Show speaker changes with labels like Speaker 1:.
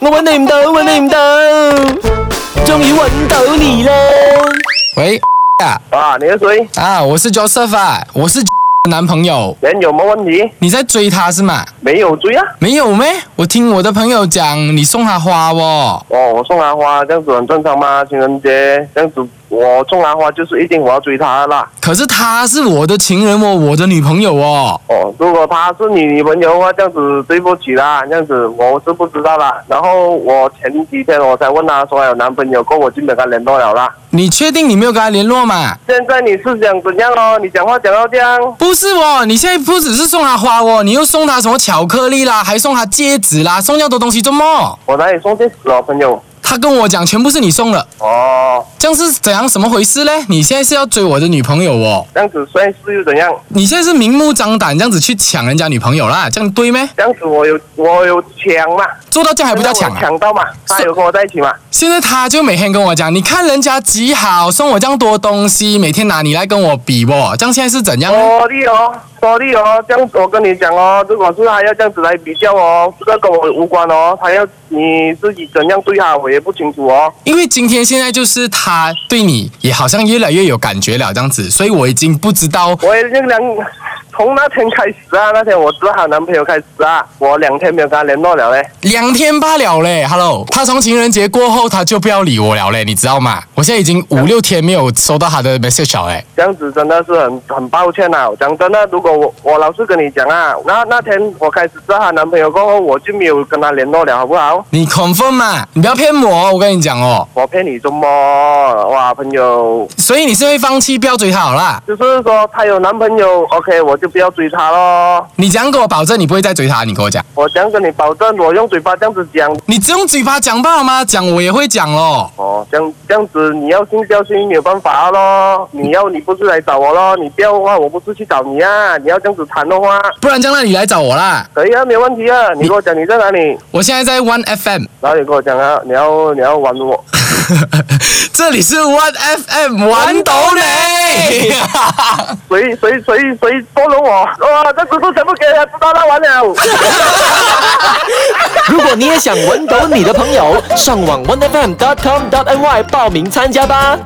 Speaker 1: 我揾你唔到，揾你唔到，終於揾到你啦！
Speaker 2: 喂啊
Speaker 3: 啊，你是谁？
Speaker 2: 啊，我是 Joseph 啊，我是 的男朋友，
Speaker 3: 人有没问题？
Speaker 2: 你在追他是吗？
Speaker 3: 没有追啊。
Speaker 2: 没有咩？我听我的朋友讲，你送他花哦。
Speaker 3: 哦，我送他花，这样子很正常吗？情人节这样子，我送他花就是一定我要追他啦。
Speaker 2: 可是她是我的情人哦，我的女朋友哦。
Speaker 3: 哦，如果他是你女朋友的话，这样子对不起啦，这样子我是不知道啦。然后我前几天我才问他说有男朋友，过后我就没跟他联络了啦。
Speaker 2: 你确定你没有跟他联络吗？
Speaker 3: 现在你是想怎样哦？你讲话讲到这样，
Speaker 2: 不是哦，你现在不只是送他花哦，你又送他什么巧克力啦，还送他戒指啦，送这么多东西做么？
Speaker 3: 我哪里送戒指哦，朋友？
Speaker 2: 他跟我讲全部是你送的，
Speaker 3: 哦，
Speaker 2: 这样是怎样什么回事嘞？你现在是要追我的女朋友哦？
Speaker 3: 这样子算是又怎样？
Speaker 2: 你现在是明目张胆这样子去抢人家女朋友啦，这样对咩？
Speaker 3: 这样子我有我有抢嘛？
Speaker 2: 做到这样还不叫抢
Speaker 3: 我
Speaker 2: 啊？
Speaker 3: 抢到嘛？他有跟我在一起嘛？
Speaker 2: 现在他就每天跟我讲，你看人家几好，送我这样多东西，每天拿你来跟我比哦，这样现在是怎样呢？
Speaker 3: sorry 哦，sorry 哦，这样子我跟你讲哦，如果是他要这样子来比较哦，这个跟我无关哦，他要你自己怎样对他，我也不清楚哦。
Speaker 2: 因为今天现在就是他对你也好像越来越有感觉了这样子，所以我已经不知道
Speaker 3: 我也是两，从那天开始啊，那天我知道她男朋友开始啊，我两天没有跟他联络了嘞。
Speaker 2: 两天罢了嘞。Hello，他从情人节过后他就不要理我了嘞，你知道吗？我现在已经五六天没有收到他的 message 了嘞。
Speaker 3: 这样子真的是很很抱歉啊！讲真的，如果我我老实跟你讲啊，那那天我开始知道她男朋友过后，我就没有跟她联络了，好不好？
Speaker 2: 你 confirm 嘛？你不要骗我哦，我跟你讲哦。
Speaker 3: 我骗你什么？哇，朋友，
Speaker 2: 所以你是会放弃不要追他好啦？
Speaker 3: 就是说她有男朋友，OK，我就不要追她咯。
Speaker 2: 你怎样跟我保证你不会再追他？你跟我讲，
Speaker 3: 我这样跟你保证，我用嘴巴这样子讲，
Speaker 2: 你只用嘴巴讲罢了吗？讲我也会讲咯。
Speaker 3: 哦，这样这样子你要信就信，没有办法咯。你要你不是来找我咯，你不要的话，我不是去找你啊。你要这样子谈的话，
Speaker 2: 不然这样那你来找我啦。
Speaker 3: 可以啊，没问题啊。你跟我讲你在哪里，
Speaker 2: 我现在在 One FM，
Speaker 3: 然后你跟我讲啊，你要你要玩我。
Speaker 2: 这里是 One FM 玩到你。
Speaker 3: 谁谁谁谁多了我，哇、这叔叔全部给他知道他完了。
Speaker 1: 如果你也想揾到你的朋友，上网 onefm.com.ny 报名参加吧。